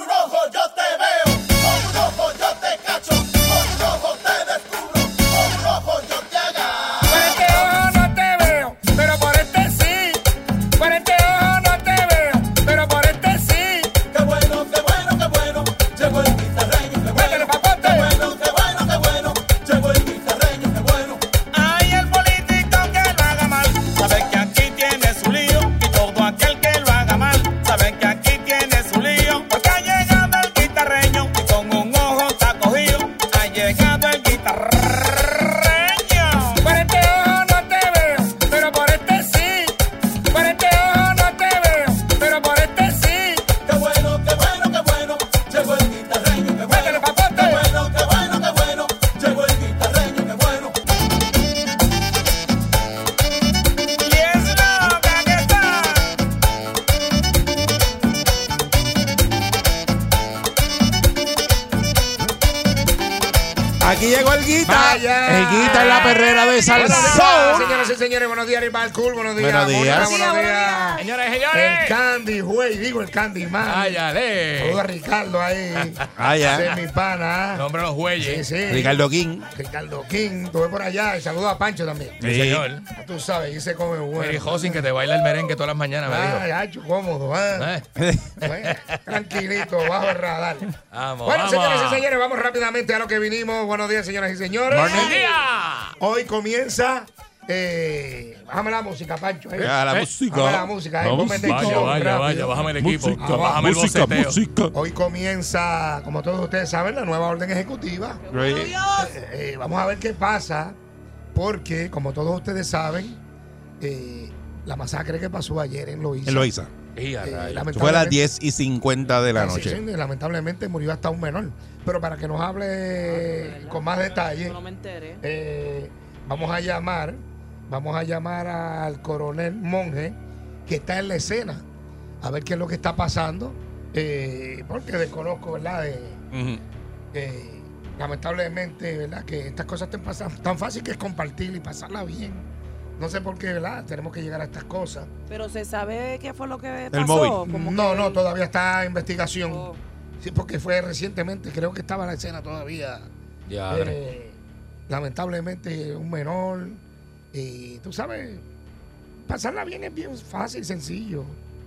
un ojo yo te veo, con un ojo yo te cacho, con un ojo te descubro, con un ojo yo te agarro. Por este ojo no te veo, pero por este sí. Por este ojo no te veo, pero por este sí. Qué bueno, qué bueno, qué bueno, llegó el guitarreño, qué bueno, Métele, papote. qué bueno, qué bueno, qué bueno, llegó el guitarreño, qué bueno. Ay, el político que lo haga mal, sabe que aquí tiene su lío. Y todo aquel que lo haga mal, sabe que aquí tiene su lío. Porque ha llegado el guitarreño y con un ojo está cogido. Ha llegado el guitarreño. Por este ojo no te veo, pero por este sí. Por este ojo no te veo, pero por este sí. Qué bueno, qué bueno, qué bueno, llegó el guitarreño, qué bueno. Métele, papote. Qué bueno, qué bueno, qué bueno, llegó el guitarreño, qué bueno. Y es loca que está. Aquí llegó el guita. Vaya. El guita es la perrera de Buenos días, Salsón. Señoras y señores, buenos días, Rival Cool, buenos días. Buenos días. Mónica, Buenos Señores, El señores. Candy, güey, digo el Candy Man. Ay, ale. Saludos a Ricardo ahí. Ah, ya. Ese es mi pana. ¿ah? Nombre los Sí, güeyes. sí. Ricardo King. Ricardo King, estuve por allá. Y saludos a Pancho también. El señor. Ya Tú sabes, y se come Me bueno. dijo sin que te baila el merengue todas las mañanas, me dijo. Ah, ya, chu, cómodo, ah. Eh, Bueno, tranquilito, bajo el radar. Vamos, bueno, vamos. señoras y señores, vamos rápidamente a lo que vinimos. Buenos días, señoras y señores. ¡Buen día! Hoy comienza. Eh, bájame la música, Pancho. eh. Ya, la Bájame Eh, música. la música. eh, Vamos. ponme el Vaya, show vaya, rápido. vaya, bájame el equipo. Música, bájame el música, boceteo. música. Hoy comienza, como todos ustedes saben, la nueva orden ejecutiva. Güey. Eh, eh, vamos a ver qué pasa, porque como todos ustedes saben, eh, la masacre que pasó ayer en Loíza. En Loiza. Y eh, a rayos. lamentablemente- Fue a las 10 y 50 de la Sí, noche. sí, lamentablemente murió hasta un menor. Pero para que nos hable con más detalle, Yo no me enteré. eh, vamos a llamar, vamos a llamar al coronel Monje, que está en la escena, a ver qué es lo que está pasando, eh, porque desconozco, ¿verdad? De, Ujú. eh, lamentablemente, ¿verdad? Que estas cosas te pasan tan fácil que es compartir y pasarla bien. No sé por qué, ¿verdad? Tenemos que llegar a estas cosas. Pero se sabe qué fue lo que pasó. El móvil. Como No, que- no, todavía está investigación. Oh. Sí, porque fue recientemente, creo que estaba la escena todavía. Ya, hombre. Eh, lamentablemente, un menor. Y tú sabes, pasarla bien es bien fácil, sencillo.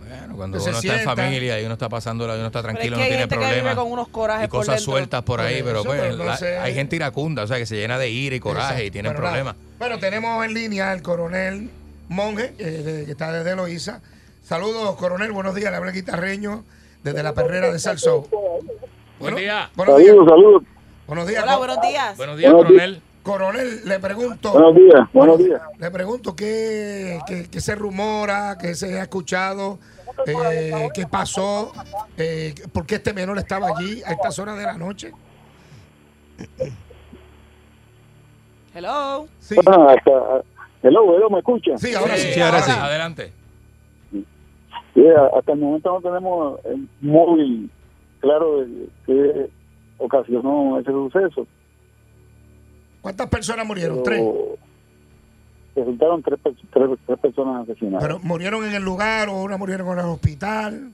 Bueno, cuando se uno está en sienta. familia y uno está pasándola y uno está Pero es que tranquilo, no hay tiene gente que vive con problemas. unos corajes Y por cosas dentro. sueltas por ahí, Por pero eso, pues pero no la- sé. hay gente iracunda, o sea, que se llena de ira y coraje y Exacto, tienen pero problemas. nada. Bueno, tenemos en línea al coronel Monge, eh, de- que está desde Loíza. Saludos, coronel, buenos días. Le habla el guitarreño desde la perrera de Salso. Buen día. Buenos días. Saludos, saludos. Buenos días. Hola, co- buenos días. Buenos días, Buenos coronel. Coronel, le pregunto. Buenos días, buenos días. Le pregunto qué, qué- qué se rumora, qué se ha escuchado, eh, qué pasó, eh, por qué este menor estaba allí a estas horas de la noche. Hello. Sí, Ah, hasta- hello, hello, ¿me escuchan? sí, ahora sí. Sí, ahora sí. Adelante. Sí, a- hasta el momento no tenemos el móvil claro de que ocasionó ese suceso. ¿Cuántas personas murieron? Pero Tres. Resultaron tres, pers- tres, tres personas asesinadas. Pero murieron en el lugar o una murieron en el hospital.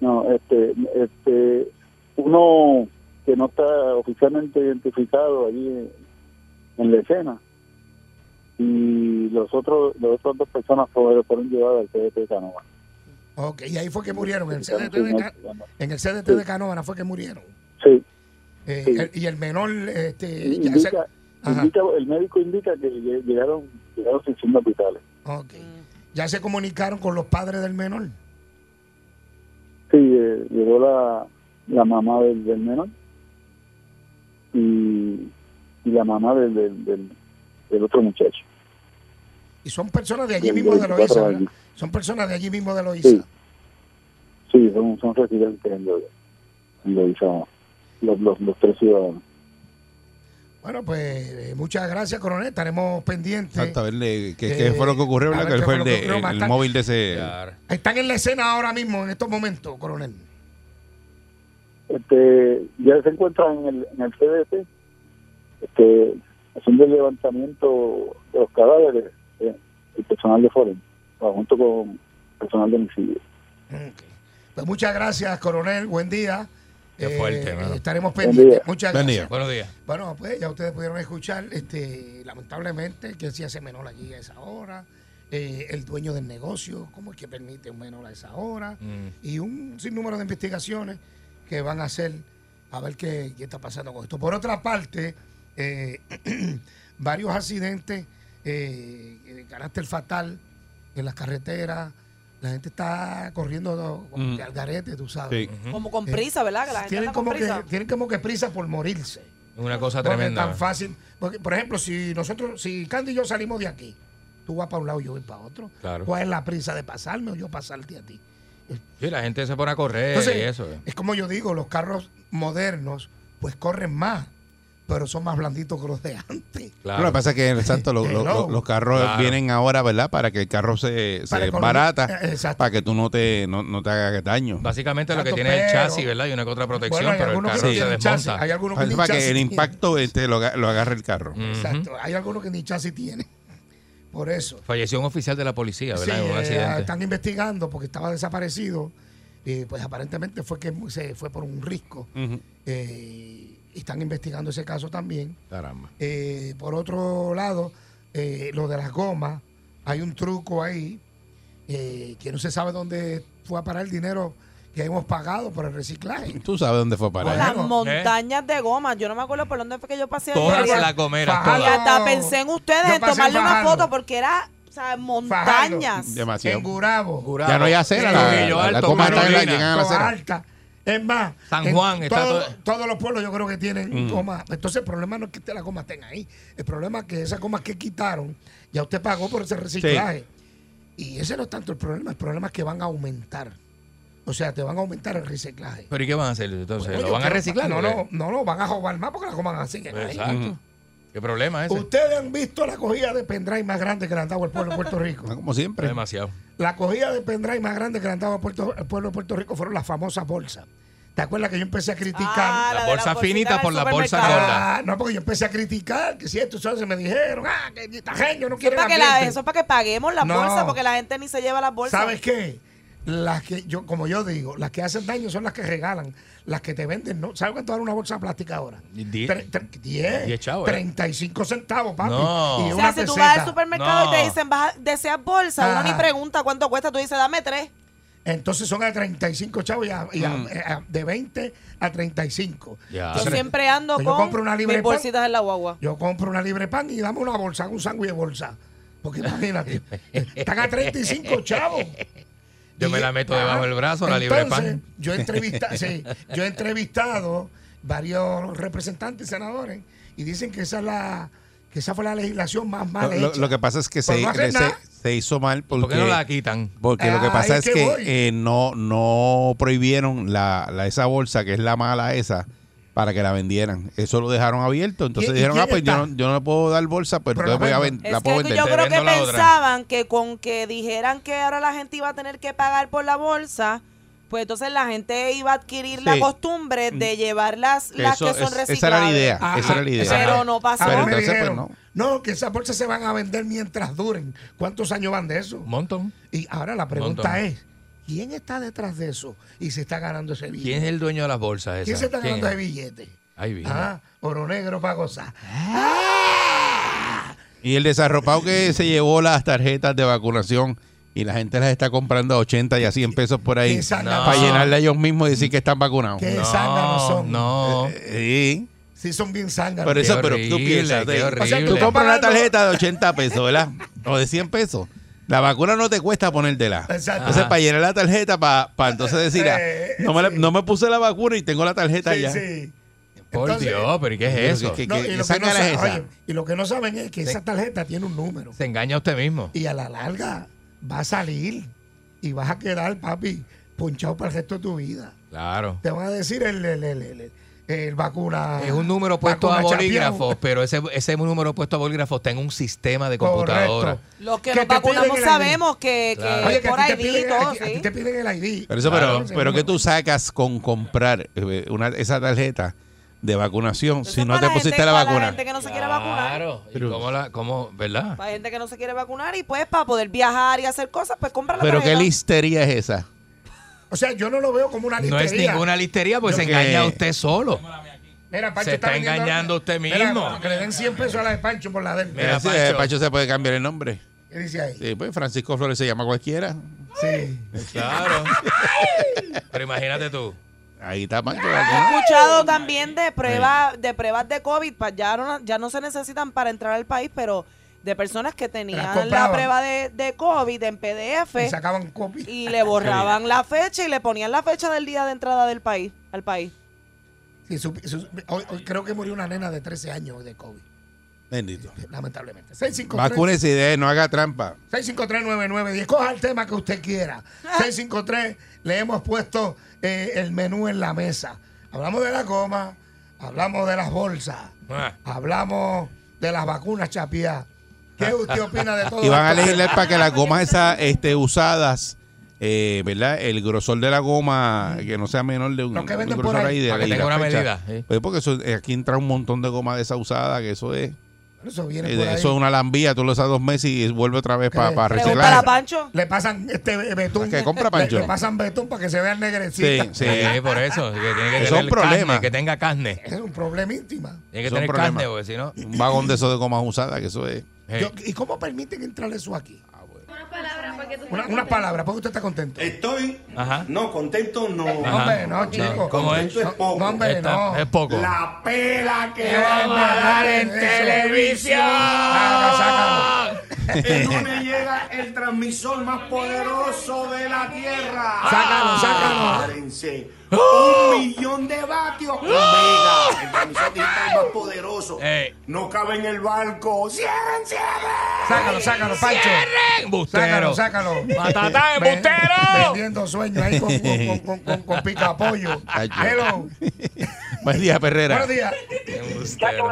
No, este, este, uno que no está oficialmente identificado allí en, en la escena y los otros, las otras dos personas fueron, fueron llevadas al CDT de Canova. Ok, y ahí fue que murieron. En el CDT de, Ca- en el CDT de Canóvana fue que murieron. Sí. Eh, Sí. el- y el menor, este, ya se- indica, Ajá. indica- el médico indica que lle- llegaron, llegaron sin signos vitales. ok. ya se comunicaron con los padres del menor. Sí, eh, llegó la, la mamá del, del menor y, y la mamá del, del, del, del otro muchacho. Y son personas de allí Del mismo de 24 Loíza. años. ¿verdad? Son personas de allí mismo de Loíza. Sí, sí son, son residentes en Loyola. En Loyola, los, los, los tres ciudadanos. Bueno, pues eh, muchas gracias, coronel. Estaremos pendientes. Hasta verle qué, Eh, qué fue lo que ocurrió, a ¿verdad? ver Que qué fue fue el, lo que de, ocurrió, el- el bastante. móvil de ese. Ya. Están en la escena ahora mismo, en estos momentos, coronel. Este, ya se encuentran en el, en el CDT este, haciendo el levantamiento de los cadáveres eh, el personal de Foren. junto con personal de homicidio. Ok. Pues muchas gracias, coronel. Buen día. Eh, Qué fuerte, mano. Estaremos Buen pendientes. día. Muchas Buen día. gracias. Buenos días. Bueno, pues ya ustedes pudieron escuchar, este, lamentablemente, que si hace menor allí a esa hora, eh, el dueño del negocio, cómo es que permite un menor a esa hora, Mm. y un sinnúmero de investigaciones que van a hacer a ver qué, qué está pasando con esto. Por otra parte, eh, varios accidentes eh, de carácter fatal en las carreteras, la gente está corriendo como Mm. que al garete, tú sabes. Sí. Como con prisa, ¿verdad? Que la gente Eh, Tienen anda con como, que, prisa. tienen como que prisa por morirse. Una cosa Porque tremenda. tan fácil. Porque, por ejemplo, si nosotros, si Candy y yo salimos de aquí, tú vas para un lado y yo voy para otro. Claro. ¿Cuál es la prisa de pasarme o yo pasarte a ti? Sí, la gente se pone a correr Entonces, y eso. es como yo digo, los carros modernos, pues corren más, pero son más blanditos que los de antes. Claro. Lo que pasa es que en el Santo lo- lo- Hello. lo- los carros Claro. vienen ahora, ¿verdad? Para que el carro se, se Para economía- barata, eh, exacto. para que tú no te, no, no te hagas daño. Básicamente lo que Exacto, tiene es el pero- chasis, ¿verdad? Y una que otra protección, Bueno, hay pero el algunos que carro no se tienen desmonta. chasis, hay algunos que Para ni para que chasis el tienen. impacto este, lo, aga- lo agarre el carro. Exacto, hay algunos que ni chasis tienen. Por eso. Falleció un oficial de la policía, Sí, ¿verdad? en un eh, accidente. están investigando porque estaba desaparecido. Y pues aparentemente fue que se fue por un risco. Ujú. Eh, están investigando ese caso también. Caramba. Eh, por otro lado, eh, lo de las gomas, hay un truco ahí eh, que no se sabe dónde fue a parar el dinero que hemos pagado por el reciclaje. Tú sabes dónde fue Hola. para Las montañas de goma. Yo no me acuerdo por dónde fue que yo pasé. Todas ayer. Fajardo. las gomeras, Fajardo. Y todas. hasta pensé en ustedes Yo en pasé en tomarle una Fajardo. foto porque era, o sea, montañas. Demasiado. En Gurabo. Ya no hay acera. La, Trujillo la- la Alto, coma está en la- Carolina. llegan a la Toda acera. alta. Es más, San en Juan está todo- todo- Mm. todos los pueblos yo creo que tienen gomas. Entonces el problema no es que las gomas estén ahí. El problema es que esas gomas que quitaron, ya usted pagó por ese reciclaje. Y ese no es tanto el problema, el problema es que van a aumentar. O sea, te van a aumentar el reciclaje. ¿Pero y qué van a hacer entonces? Bueno, ¿Lo yo van a creo- reciclar? No, no, Porque- no, no, van a robar más porque las gomas así. que ahí. Exacto. ¿Qué problema es ese? Ustedes han visto la cogida de pendrive más grande que le han dado el pueblo de Puerto Rico. Como siempre. Demasiado. La cogida de pendrive más grande que le han dado al puerto- al pueblo de Puerto Rico fueron las famosas bolsas. ¿Te acuerdas que yo empecé a criticar? Ah, La de bolsa bolsita finita del por la bolsa supermercado. gorda. Ah, no, porque yo empecé a criticar que si esto solo se me dijeron, ah, que yo no Eso quiere es para que, la, eso es para que paguemos las No. bolsas porque la gente ni se lleva las bolsas. ¿Sabes qué? Las que yo, como yo digo, las que hacen daño son las que regalan, las que te venden, ¿no? ¿Sabes cuánto vale una bolsa plástica ahora? Die- Tre- tre- diez, Diez chavos, eh. 35 centavos, papi. No. Y O una sea, si peseta. tú Ah. vas al supermercado No. y te dicen, "Vas a- ¿deseas bolsa? Uno Ajá. ni pregunta cuánto cuesta, tú dices, dame tres. Entonces son a 35 chavos y, a- y a- eh, a- de 20 a 35. Mm. Ya. Yo Tres. siempre ando Pues Yo compro con una libre mis de pan. bolsitas en la guagua. Yo compro una libre pan y dame una bolsa, un sándwich de bolsa. Porque imagínate, están a 35 chavos. Yo me la meto debajo del brazo, la libre Entonces, pan. Yo, entrevista, sí, yo he entrevistado varios representantes y senadores y dicen que esa es la que esa fue la legislación más Lo, mal lo- hecha. lo que pasa es que Pues se, no hacen se, nada. se hizo mal ¿Por qué no la porque, quitan? porque lo que Ahí pasa es es que que voy. eh, no, no prohibieron la, la, esa bolsa, que es la mala esa, para que la vendieran. Eso lo dejaron abierto. Entonces ¿Y- y dijeron, quién ah, pues yo está? no, yo no puedo dar bolsa, pues Pero entonces voy la a vendo. ven- Es la que puedo vender. yo Te creo que vendo la otra. pensaban que con que dijeran que ahora la gente iba a tener que pagar por la bolsa, pues entonces la gente iba a adquirir la Sí. costumbre de llevar las, Que las Mm. eso que son es- reciclables. esa era la idea. Ah, esa era la idea. Pero no pasó. Ahora Pero me entonces, pues, dijeron, no. que esas bolsas se van a vender mientras duren. ¿Cuántos años van de eso? Un montón. Y ahora la pregunta Montón. es, ¿quién está detrás de eso y se está ganando ese billete? ¿Quién es el dueño de las bolsas esas? ¿Quién se está ¿Quién ganando es? ese billete? Ay, bien. Ah, oro negro para gozar. Ah. Y el desarropado que se llevó las tarjetas de vacunación y la gente las está comprando a 80 y a 100 pesos por ahí Exacto. para No. llenarle a ellos mismos y decir que están vacunados. Qué zánganos No, son. no. Eh, Sí. Sí, son bien zánganos. Por eso, pero tú horrible, piensas, qué eh, horrible. o sea, tú Estás compras una pagando- tarjeta de 80 pesos, ¿verdad? O de 100 pesos. La vacuna no te cuesta ponértela. Exacto. Entonces, para llenar la tarjeta, para, para entonces decir, ah, Eh, no, me la- sí. no me puse la vacuna y tengo la tarjeta Sí, ya. sí. Por Entonces- Dios, pero ¿y qué Pero es eso? que- que- No, y, lo que no sácala sa- esa. oye, y lo que no saben es que esa tarjeta tiene un número. Se engaña a usted mismo. Y a la larga va a salir y vas a quedar, papi, ponchado para el resto de tu vida. Claro. Te van a decir el, el, el, el- el- el vacuna. Es un número puesto a vacuna bolígrafos, chapeado. pero ese, ese número puesto a bolígrafos está en un sistema de computadora. Correcto. Los que, Que te piden nos vacunamos el ID. sabemos que, que Claro. Oye, que por a ti, te ahí piden, todo, a ti- a ti ¿sí? te piden el ID. Pero eso, Claro, pero, ese pero que número. tú sacas con comprar eh, una, esa tarjeta de vacunación Eso si es no para te la gente- pusiste la para vacuna. gente que no se quiere vacunar. Claro. ¿Y cómo la, cómo, verdad? Para gente que no se quiere vacunar y pues para poder viajar y hacer cosas, pues compra la Pero qué tarjeta. listería es esa. O sea, yo no lo veo como una No listería. es ninguna listería, pues Yo se que- engaña a usted solo. Mira, Se está vendiendo- engañando usted Mira, mismo. que le den 100 pesos a la de Pancho por la de él. Mira, Ese, Pancho. eh, Pancho se puede cambiar el nombre. ¿Qué dice ahí? Sí, pues Francisco Flores se llama cualquiera. Sí. Claro. Pero imagínate tú. Ahí está Pancho. He vacunado. escuchado también de pruebas de pruebas de COVID, pa- ya no, ya no se necesitan para entrar al país, pero de personas que tenían la compraban. prueba de, de COVID en Y PDF sacaban copy. y le borraban la fecha y le ponían la fecha del día de entrada del país al país. Sí, su- su- hoy- hoy creo que murió una nena de 13 años de COVID, Bendito. lamentablemente. 653 Vacúnese y de- no haga trampa. 653-9910. Coja el tema que usted quiera. 653, le hemos puesto eh, el menú en la mesa. Hablamos de la goma, hablamos de las bolsas, Ah. hablamos de las vacunas, chapia. ¿Qué usted opina de todo Y van a esto? legislar para que las gomas esas este, usadas, eh, ¿verdad? El grosor de la goma, que no sea menor de un, Lo que un venden por grosor ahí. de Para que y la tenga una fecha. medida, sí. Pues porque eso, eh, aquí entra un montón de goma de esa usada, que eso es, Eso viene eh, por ahí. eso es una lambía, tú lo usas dos meses y vuelve otra vez para Eh, Pregúntale a reciclar. Pancho. Le pasan este be- betún. ¿Para qué compra, Le- Pancho? Le, pasan betún para que se vea el Sí, negrecito. sí. Sí, por eso. Que tiene que Es tener un problema. carne, que tenga carne. Es un problema íntima. Tiene que Es un tener problema. carne, porque si no. Un vagón de esos de gomas usadas, que eso es. hey. Yo- ¿Y cómo permiten entrar eso aquí? Una- Unas palabras, porque usted está contento. Estoy. Ajá. No, contento no. Ajá. hombre, no, No, chico. ¿cómo es? No, no, hombre, Esta- no. Es poco. La pela que vamos a dar en televisión. Ah, Que no me llega el transmisor más poderoso de la tierra. Sácalo, sácalo. ¡Oh! Prepárense. Un millón de vatios. Omega. El transmisor digital más poderoso. Ey. No cabe en el barco. ¡Cierren, cierren! Sácalo, sácalo, Pancho. Sácalo, ¡Bustero! sácalo. Matatán, Ven- embustero. Vendiendo sueños ahí con, con, con, con, con, con pica pollo. Pancho. Hello. Buen día, Perrera. Buenos días. ¡Embustero!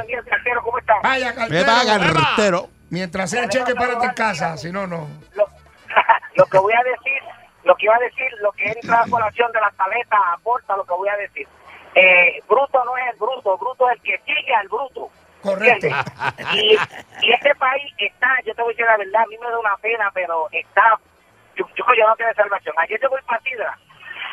¿cómo están? Vaya, Me cartero. paga el rostero. Mientras sea el cheque, párate en casa. Si no, no. Lo, lo que voy a decir, lo que iba a decir, lo que entra a colación de las paletas aporta lo que voy a decir. Eh, bruto no es el bruto, bruto es el que sigue al bruto. Correcto. ¿entiendes? Y, y este país está, yo te voy a decir la verdad, a mí me da una pena, pero está, yo, yo, yo no tengo salvación. Ayer yo voy para Sidra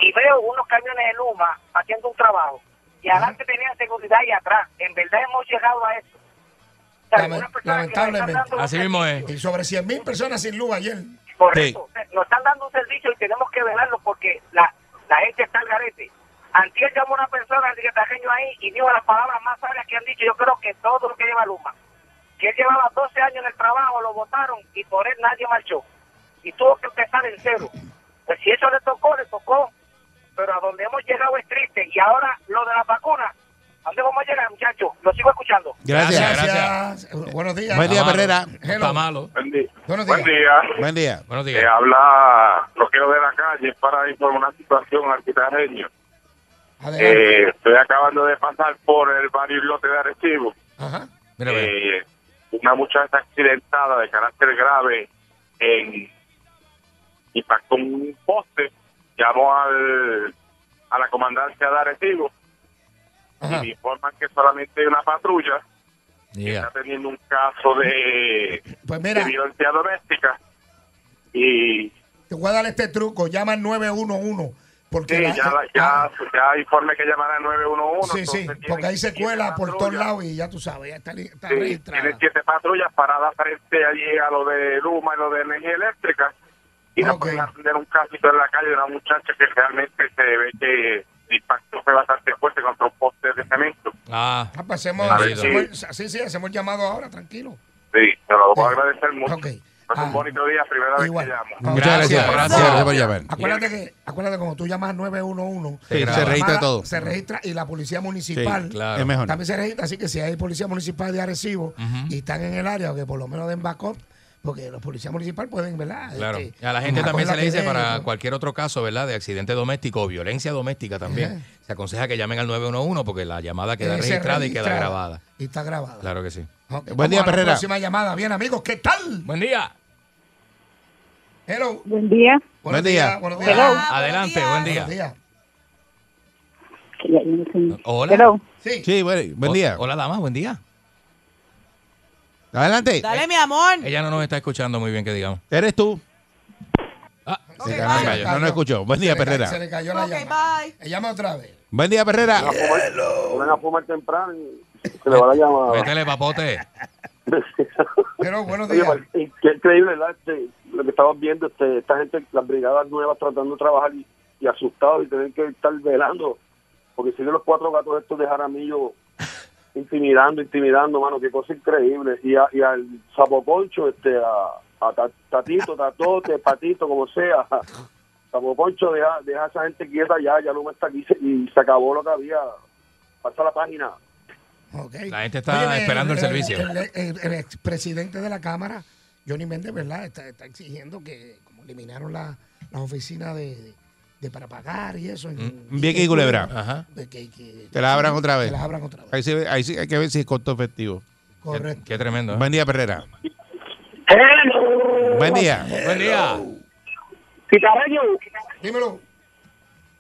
y veo unos camiones de Luma haciendo un trabajo. Y adelante tenían seguridad y atrás. En verdad hemos llegado a eso. O sea, Lame- algunas personas que nos están lamentablemente. dando un Así mismo es. Y sobre 100 mil personas sin luz ayer. Correcto. Nos están dando un servicio y tenemos que velarlo porque la, la gente está al garete. Antier llamó una persona al secretario ahí y dijo las palabras más sabias que han dicho. Yo creo que todo lo que lleva Luma. Que él llevaba 12 años en el trabajo, lo votaron y por él nadie marchó. Y tuvo que empezar en cero. Pues si eso le tocó, le tocó. Pero a donde hemos llegado es triste. Y ahora lo de las vacunas. ¿A dónde vamos a llegar, muchachos? Lo sigo escuchando. Gracias. Gracias. Buenos días. Buen día, Está malo. Perrera. Hello. Está malo. Buen día. Buenos Buen días. día. Buen día. Buenos Eh, días. habla Roquero de la calle para informar una situación al guitarreño. Adelante. Eh, estoy acabando de pasar por el barrilote de Arecibo. Ajá. Mira, ve. Eh, una muchacha accidentada de carácter grave en impactó un poste, llamó al, a la comandancia de Arecibo Ajá. y me informan que solamente hay una patrulla que Diga. está teniendo un caso de, Pues de mira, violencia doméstica y te voy a dar este truco. Llama al 911. Porque Sí, la- ya, la- ah, ya, ya informe que llamar al 911. sí, sí, entonces porque tienen ahí se siete cuela por todos patrullas. lados y ya tú sabes, ya está, li- está Sí, registrada. tienen siete patrullas paradas frente allí a lo de Luma y lo de energía eléctrica. Y no Ok. pueden atender un casito en la calle de una muchacha que realmente se ve que el impacto fue bastante fuerte contra un poste de cemento. Ah. Ah, pues hacemos, A ver, hacemos- sí, sí, hacemos el llamado ahora, tranquilo. Sí, se lo voy a Sí. agradecer mucho. Ok. Es Ah. un bonito día, primera Igual. vez que llamo. Ah, Muchas gracias. Gracias. Gracias por llamar. Acuérdate que, acuérdate cuando tú llamas al 911, Sí, se la registra llamada todo. Se registra y la policía Sí, municipal Es mejor. también se registra, así que si hay policía municipal de Arecibo y están en el área, que por lo menos den backup, porque los policías municipales pueden, ¿verdad? Claro. Este, A la gente bajar también con la se eh, le dice TV, para ¿no? cualquier otro caso, ¿verdad? De accidente doméstico o violencia doméstica también. Se aconseja que llamen al 911 porque la llamada queda Eh, se registrada y queda registra grabada. Y está grabada. Claro que sí. Buen Ok, vamos día, a la Perrera. Próxima llamada. Bien, amigos, ¿qué tal? Buen día. Hello. Buen día. Buenos día. Buenos días. Hello. Adelante, Buenos buen Buenos día. días. que ya yo no sé. Hola. Hello. Sí, buen, día. Hola, dama, buen día. Adelante. Dale, mi amor. Ella no nos está escuchando muy bien, que digamos. Eres tú. Se cayó, se cayó. No, no escuchó. Buen día, Perrera. Se le cayó la llama. Eh, Llama otra vez. Buen día, Perrera. Ven a fumar- ven a fumar temprano y se le va la llamada. Métele, papote. Pero bueno, Oye, Mar- y qué increíble, ¿verdad? Este, lo que estamos viendo, este, esta gente, las brigadas nuevas tratando de trabajar y, y asustados y tener que estar velando, porque siguen los cuatro gatos estos de Jaramillo intimidando, intimidando, mano, qué cosa increíble. Y, a- y al Sapo Poncho, este, a, a Ta- Tatito, Tatote, Patito, como sea, Sapo Poncho, deja, deja a esa gente quieta ya, ya no está aquí se- y se acabó lo que había. Pasa la página. La gente está esperando el servicio. El, el- el expresidente de la Cámara, Johnny Méndez, ¿verdad? Está, está exigiendo que como eliminaron la- las oficinas de, de- de para pagar y eso. en- Vieques y Culebra. Ajá. de que- que- Que la abran otra vez. Que la abran otra vez. Ahí sí, ahí sí hay que ver si es costo efectivo. Correcto. Qué tremendo. ¿eh? Buen día, Perrera. Buen Buen día. Buen día. Pitarreño. Dímelo.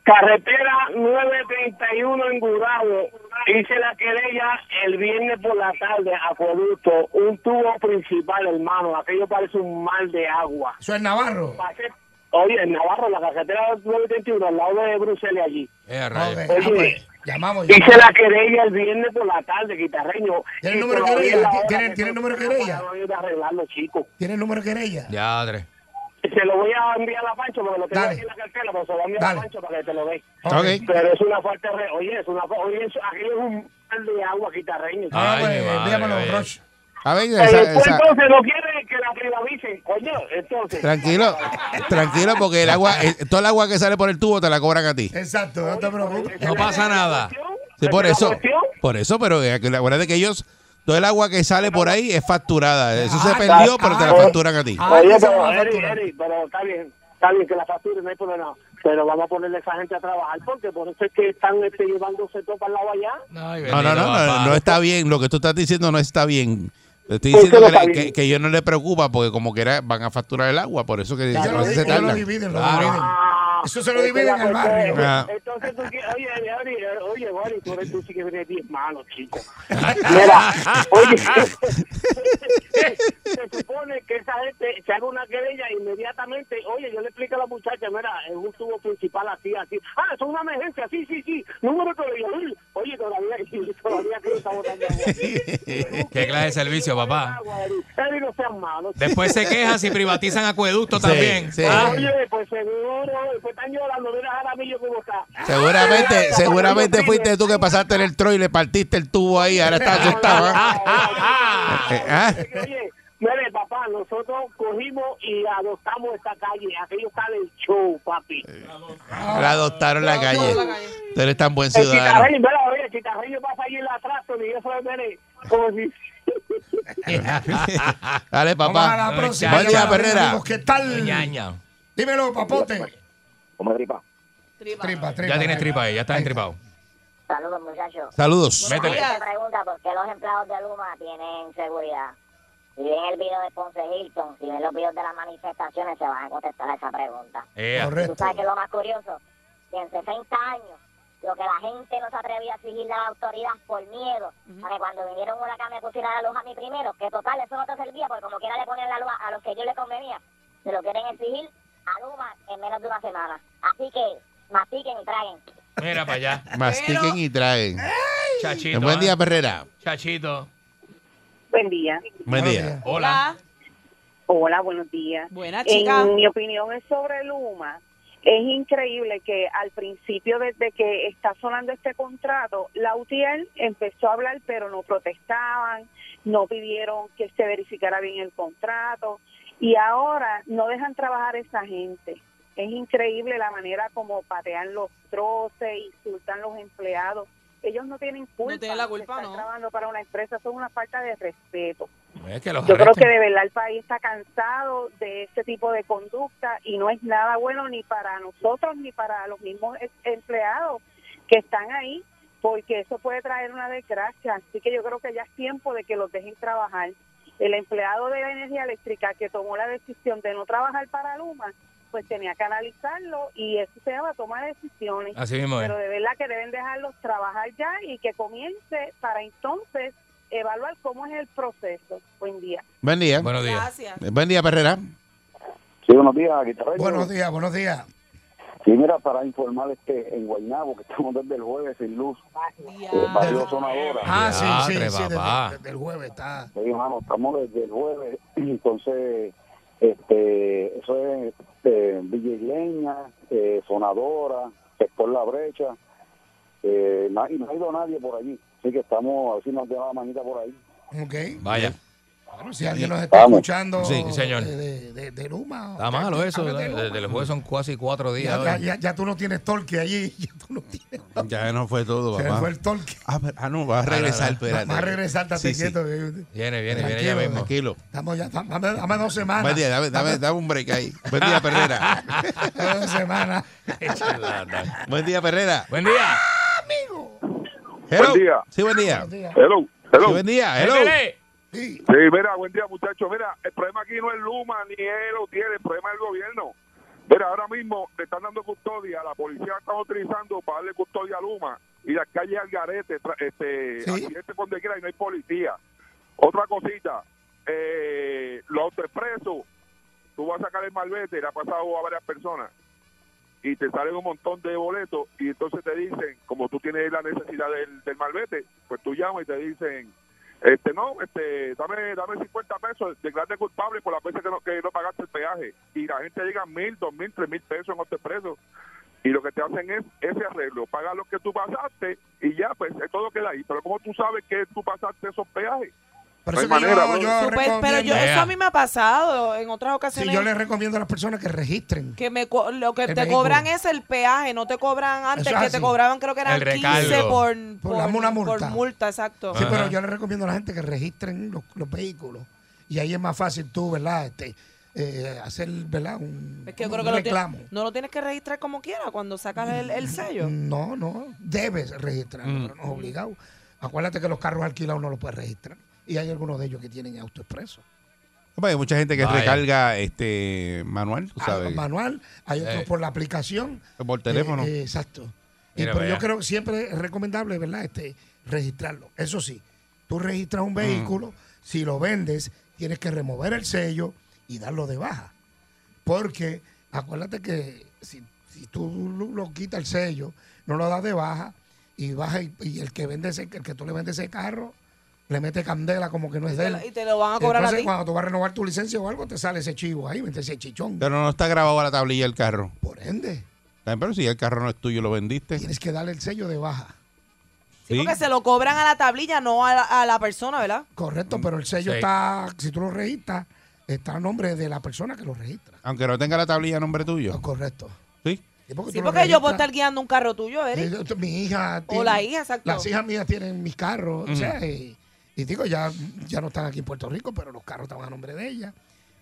Carretera 931 en Gurabo. Hice la querella el viernes por la tarde, acueducto. Un tubo principal, hermano. Aquello parece un mal de agua. Eso es Navarro. Pasé- Oye, en Navarro, la carretera 931, al lado de Bruselas allí. Eh, rayos. Oye, ah, pues, Llamamos. hice la querella el viernes por la tarde, guitarreño. ¿Tiene Y el número de todavía querella? la hora ¿Tiene, que tiene el número de querella? voy a arreglarlo, chicos. ¿Tiene el número de querella? Ya, Adre. Se lo voy a enviar a Pancho porque lo tengo Dale. aquí en la cartera, pero se lo voy a enviar Dale. a Pancho para que te lo vea. Ok. Pero es una falta de... Oye, es una... fa- Oye, eso- aquí es un mal de agua guitarreño. Ah, Ay, pues, mi madre, envíamelo, oye. Roche. A ver, Pero esa- después, esa- pues entonces no quiere que la privaticen. Oye, entonces... eh, tranquilo, tranquilo, porque el agua, eh. el- todo el agua que sale por el tubo te la cobran a ti. Exacto, no te preocupes. No pasa nada. Sí, por eso, por eso, pero eh, que la- acuérdate que ellos, todo el agua que sale por ahí es facturada. Eso Ah, se perdió, pero te la facturan a ti. Ah, Oye, pero, Eri, Eri, pero está bien, está bien que la factura no hay problema. Pero vamos a ponerle a esa gente a trabajar porque por eso es que están este, llevándose todo para el lado allá. No, no, no, no, no está bien. Lo que tú estás diciendo no está bien. Te estoy ¿Por qué diciendo no que, está le- bien? que- que ellos no les preocupa porque como que van a facturar el agua, por eso que a lo veces se di- ya lo tardan. dividen, lo Claro. dividen. Eso se lo dividen Entonces, al barrio. Ah. Entonces tú quieres, oye, Eri, Eri, oye, Eri, tú, eres, tú sí que eres bien malo, chico. Mira, oye, se supone que esa gente se haga una querella inmediatamente. Oye, yo le explico a la muchacha, mira, es un tubo principal así, así. Ah, eso es una emergencia, sí, sí, sí. Número todavía. Oye, todavía, todavía que está botando Qué clase de servicio, papá. agua, Eri. Eri, no seas malo. Después se queja si privatizan acueducto también. Ah, Ah, Oye, pues seguro, pues están llorando, mira Jaramillo cómo está. Ah, Seguramente, seguramente fuiste tú que pasaste en el tro y le partiste el tubo ahí, ahora está asustado. ¿ah? Eh, ¿ah? Oye, mire, papá, nosotros cogimos y adoptamos esta calle. Aquello está del show, papi. Eh, ah. La adoptaron en la calle. Tú eres tan buen El ciudadano. chitarreño, mira, oye, el chitarreño pasa allí en la trato y eso es, mire, como si... Dale, Vamos a la papá. próxima. Buen día, llamada, Perrera. amigos. ¿Qué tal? Dímelo, papote. Come tripa. Tripa, tripa. Ya tienes tripa ahí, ya estás entripado. Saludos, muchachos. Saludos. Métele. Hay una pregunta, ¿por qué los empleados de Luma tienen seguridad? Si ven el video de Ponce Hilton, si ven los videos de las manifestaciones, se van a contestar a esa pregunta. Ea. ¿Tú sabes qué es lo más curioso? Que en 60 años, lo que la gente no se atrevía a exigirle a la autoridad por miedo, a que cuando vinieron una me pusieran la luz a mí primero, que total, eso no te servía, porque como quiera le ponían la luz a- a los que yo le convenía, se lo quieren exigir a Luma en menos de una semana. Así que, mastiquen y traguen. Mira para allá. Mastiquen y traen. Eh, Eh, Chachito. Buen día, ¿ah? Perrera. Chachito. Buen día. Buen día. Hola. Hola, buenos días. Buena, chica. En mi opinión es sobre Luma. Es increíble que al principio, desde que está sonando este contrato, la UTIEL empezó a hablar, pero no protestaban, no pidieron que se verificara bien el contrato, y ahora no dejan trabajar esa gente. Es increíble la manera como patean los troces, insultan los empleados. Ellos no tienen culpa. tienen la los que culpa, están no. trabajando para una empresa, eso es una falta de respeto. Es que los Yo creo arresten. que de verdad el país está cansado de este tipo de conducta y no es nada bueno ni para nosotros ni para los mismos e- empleados que están ahí, porque eso puede traer una desgracia. Así que yo creo que ya es tiempo de que los dejen trabajar. el empleado de la energía eléctrica que tomó la decisión de no trabajar para Luma, pues tenía que analizarlo y eso se llama toma de decisiones. Así mismo es. Pero de verdad que deben dejarlos trabajar ya y que comience para entonces evaluar cómo es el proceso. Buen día. Buen día. Buenos días. Buen día, Perrera. Sí, buenos días, guitarreño. Buenos días, buenos días. Sí, mira, para informarles que en Guaynabo, que estamos desde el jueves sin luz, eh, varios sonadores. Ah, sí, sí, Diadre, sí, desde- papá. desde el jueves está. Sí, hermano, estamos desde el jueves, entonces, este, eso es este, Villa Isleña, eh, Sonadora, Sector La Brecha, eh, na- y no ha ido nadie por allí, así que estamos, a ver si nos lleva la manita por ahí. Ok. Vaya. Bueno, si alguien nos está Vamos. escuchando Sí, señor. De, de- de- de Luma. Está malo eso. ¿verdad? Desde el jueves son casi cuatro días. Ya, ya- ya- ya tú no tienes torque allí. Ya tú no tienes. Ya no fue todo, Se papá. fue el torque. Ah, pero- ah, no, va a regresar, espérate. Va a regresar, estate Sí, sí. quieto. que- Viene, viene, viene ya Tranquilo, mismo. tranquilo. Estamos ya, estamos- dame, dame dos semanas. Buen día, dame, dame- dame un break ahí. Buen día, Perrera. dame dos semanas. Buen día, Perrera. Buen día. Hello. Buen día. Sí, buen día. Hello, hello. Sí, buen día, hello. Métele. Sí, mira, buen día, muchachos. Mira, el problema aquí no es Luma ni él lo tiene, el problema es el gobierno. Mira, ahora mismo le están dando custodia, la policía está utilizando para darle custodia a Luma y las calles al garete, tra- este, accidente por donde quiera y no hay policía. Otra cosita, eh, los autoexpresos, tú vas a sacar el malvete, le ha pasado a varias personas y te salen un montón de boletos y entonces te dicen, como tú tienes la necesidad del, del malvete, pues tú llamas y te dicen, este no, este dame, dame 50 pesos, declararte culpable por las veces que no, que no pagaste el peaje. Y la gente llega a mil, dos mil, tres mil pesos en otro preso. Y lo que te hacen es ese arreglo, paga lo que tú pasaste y ya, pues todo queda ahí. Pero como tú sabes que tú pasaste esos peajes? Por eso Tú puedes- pero yo, eso a mí me ha pasado en otras Eh, Sí, ocasiones. yo les recomiendo a las personas que registren. que me co- lo que El te vehículo. cobran es el peaje, no te cobran antes Eso es que así. te cobraban creo que eran El 15 recargo. por, Por la- una multa. por multa, exacto. Sí, pues, pero yo les recomiendo a la gente que registren los, los vehículos. Y ahí es más fácil tú, ¿verdad? Este, eh, hacer, ¿verdad? Un, Es que yo un creo que lo ti- reclamo. Mm, no lo tienes que registrar como quiera cuando sacas el, el sello. No, no. Debes registrarlo, Mm. pero no es obligado. Acuérdate que los carros alquilados no los puedes registrar. Y hay algunos de ellos que tienen auto expreso. Hombre, Hay mucha gente que Vaya. recarga este manual, tú sabes. Ah, Manual, hay otros Eh. por la aplicación. Por teléfono. Eh, eh, exacto. Y, Mira pero para yo allá. creo que siempre es recomendable, ¿verdad? Este, registrarlo. Eso sí, tú registras Mm. un vehículo, si lo vendes, tienes que remover el sello y darlo de baja. Porque acuérdate que si, si tú lo, lo quitas el sello, no lo das de baja y baja y, y el que vende ese, el que tú le vendes ese carro le mete candela como que no es de él. Y te lo van a cobrar Entonces, a ti. cuando tú vas a renovar tu licencia o algo, te sale ese chivo ahí, ¿viste? ese chichón. Pero no está grabado a la tablilla el carro. Por ende, Pero si el carro no es tuyo, lo vendiste. tienes que darle el sello de baja. Sí. Porque se lo cobran a la tablilla, no a la, a la persona, ¿verdad? Correcto, pero el sello Mm, Sí. está, si tú lo registras, está a nombre de la persona que lo registra. Aunque no tenga la tablilla a nombre tuyo. Correcto. Sí. Sí, porque, Sí, tú lo porque yo puedo registras. estar guiando un carro tuyo, Eric. Eh, Mi hija. O la hija, exacto. Las hijas mías tienen mis carros. o Mm. Ujú. sea, y, y digo, ya, ya no están aquí en Puerto Rico, pero los carros estaban a nombre de ella.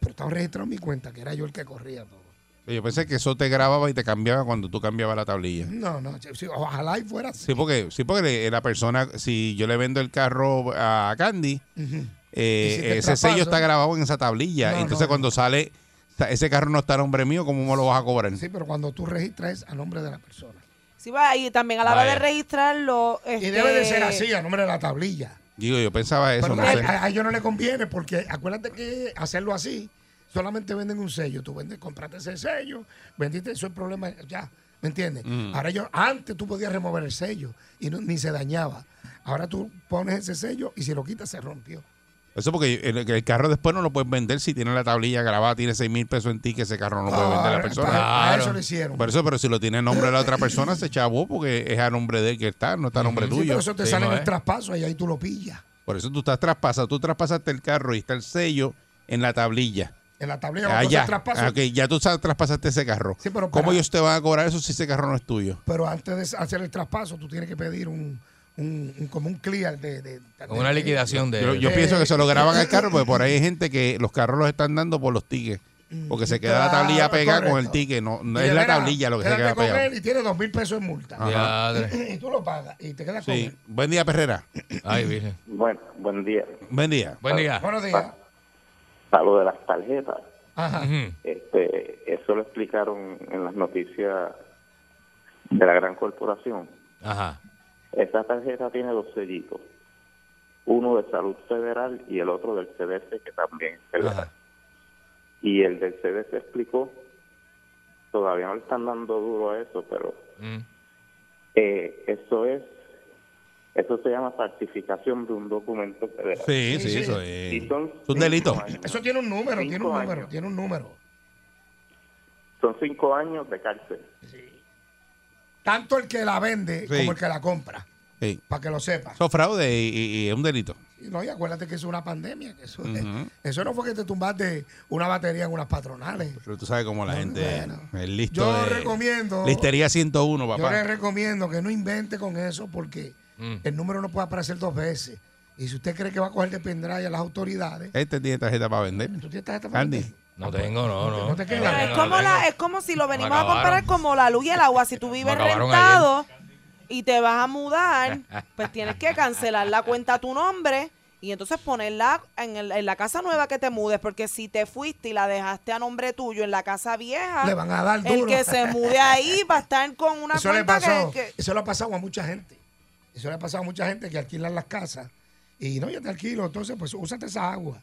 Pero estaban registrados en mi cuenta, que era yo el que corría todo. Yo pensé que eso te grababa y te cambiaba cuando tú cambiabas la tablilla. No, no, sí, sí, ojalá y fuera así. Sí, porque, sí, porque le- la persona, si yo le vendo el carro a Candy, Ujú. eh, Y si te ese traspaso. sello está grabado en esa tablilla. No, Entonces no, cuando sale, sa- ese carro no está a nombre mío, ¿cómo me lo vas a cobrar? Sí, pero cuando tú registras es a nombre de la persona. Sí, va, y también a la hora Vaya. de registrarlo. Y este, debe de ser así, a nombre de la tablilla. Digo, yo pensaba eso, Pero ah. no a, sé. a- a ellos no les conviene porque acuérdate que hacerlo así solamente venden un sello. Tú vendes, compraste ese sello, vendiste, eso es problema ya, ¿me entiendes? Mm. Ahora ellos, antes tú podías remover el sello y no- ni se dañaba. Ahora tú pones ese sello y si lo quitas se rompió. Eso porque el, el carro después no lo puedes vender si tiene la tablilla grabada, tiene 6 mil pesos en ti, que ese carro no lo puede vender la persona. para- para eso lo hicieron. Por eso, pero si lo tiene a nombre de la otra persona, se chavó porque es a nombre de él que está, no está a nombre Sí, tuyo. pero eso te Sí, sale ¿no en el es? traspaso y ahí tú lo pillas. Por eso tú estás traspasado, tú traspasaste el carro y está el sello en la tablilla. En la tablilla Ah, cuando ya. haces traspaso. Ah, ok, ya tú sa- traspasaste ese carro. ¿Cómo pero para- ellos te van a cobrar eso si ese carro no es tuyo? Pero antes de hacer el traspaso, tú tienes que pedir un, un- un- como un clear de, de- de- Una liquidación de. Yo, yo de- pienso que se lo graban al carro porque por ahí hay gente que los carros los están dando por los tickets. Porque se queda la tablilla Mm, Claro, pegada con el correcto. ticket. No, no Y es de la veras, tablilla lo que se quédate queda con pegada. él y tiene dos mil pesos en multa. Ah. Ajá. Y tú lo pagas y te quedas con Sí. él. Buen día, Perrera. Ay, Virgen. Bueno, buen día. Buen día. Buen día. Buenos días. para lo de las tarjetas. Ajá. Este, eso lo explicaron en las noticias de la gran corporación. Ajá. Esa tarjeta tiene dos sellitos, uno de salud federal y el otro del CDC que también es federal. Y el del CDC explicó, todavía no le están dando duro a eso, pero Mm. eh, eso es, eso se llama falsificación de un documento federal. Sí, sí, eso es. Y son Es un delito. cinco años. Eso tiene un número, tiene un Cinco número, años. tiene un número. Son cinco años de cárcel. Tanto el que la vende Sí. como el que la compra, Sí. para que lo sepa. Eso es fraude y, y- y es un delito. Y No, y acuérdate que eso es una pandemia. que eso, Ujú. eso no fue que te tumbaste una batería en unas patronales. Pero tú sabes cómo la gente es listo. Yo de- recomiendo- Listería 101, papá. Yo les recomiendo que no invente con eso porque Mm. el número no puede aparecer dos veces. Y si usted cree que va a coger de pendrive a las autoridades, Este tiene tarjeta para vender. ¿tú tienes tarjeta para Andy. No tengo, no, Ah, pues, no. te Pero es, como la, es como si lo venimos a acabaron. comparar como la luz y el agua. Si tú vives acabaron rentado y te vas a mudar, pues tienes que cancelar la cuenta a tu nombre y entonces ponerla en, el- en la casa nueva que te mudes. Porque si te fuiste y la dejaste a nombre tuyo en la casa vieja, Le van a dar Ah, el duro. que se mude ahí va a estar con una eso le cuenta pasó, que, que- eso le ha pasado a mucha gente. Eso le ha pasado a mucha gente que alquilan las casas y no, yo te alquilo, entonces pues úsate esa agua.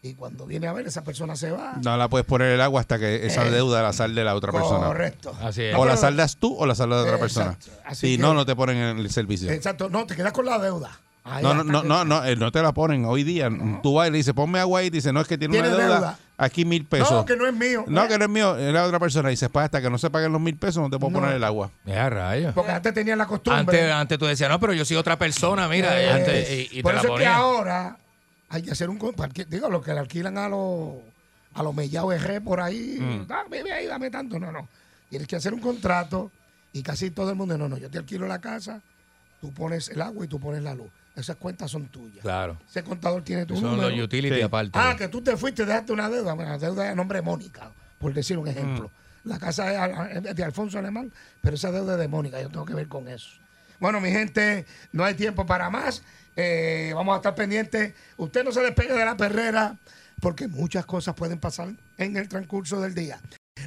Y cuando viene a ver, esa persona se va. No la puedes poner el agua hasta que esa Eh, deuda la salde la otra persona. correcto. Así es. O la Pero- Eh, saldas tú o la saldas de otra Exacto. persona. Así Si que- no, no te ponen en el servicio. Exacto, no, te quedas con la deuda. Ahí No, va no, a no, no, no, eh, no te la ponen hoy día. Tú vas y le dices, ponme agua ahí. y te Dice, no, es que tiene, Tiene una deuda, deuda. Aquí mil pesos. No, que no es mío. Eh. No, que no es mío. Es la otra persona. Y dices, pues hasta que no se paguen los mil pesos, no te puedo poner el agua. Mira, rayos. Porque antes tenían la costumbre. Antes, antes tú decías, no, pero yo soy otra persona, mira. Eh, antes, y, y por te la eso es que ponía. ahora hay que hacer un con- porque, digo los que le alquilan a los a los mellados R por ahí Mm. dame, ve ahí, dame tanto no no tienes que hacer un contrato y casi todo el mundo no no yo te alquilo la casa tú pones el agua y tú pones la luz esas cuentas son tuyas Claro. ese contador tiene tu Son número. los utility aparte. ah que tú te fuiste y dejaste una deuda bueno, la deuda es a nombre de Mónica por decir un ejemplo la casa es a- es de Alfonso Alemán pero esa deuda es de Mónica yo tengo que ver con eso bueno, mi gente, no hay tiempo para más. Eh, vamos a estar pendientes. Usted no se despegue de la perrera porque muchas cosas pueden pasar en el transcurso del día.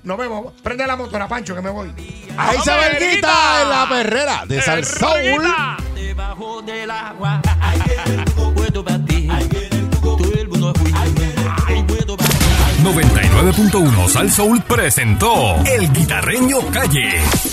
Nos vemos. Prende la motora, Pancho, que me voy. Ahí se ve el guita en la perrera de Salsoul. Debajo del agua. Ahí viene el cuco, puedo batir. Ahí viene el cuco, vuelvo, no fui. Ahí puedo batir. 99.1 Sal Soul presentó El Guitarreño Calle.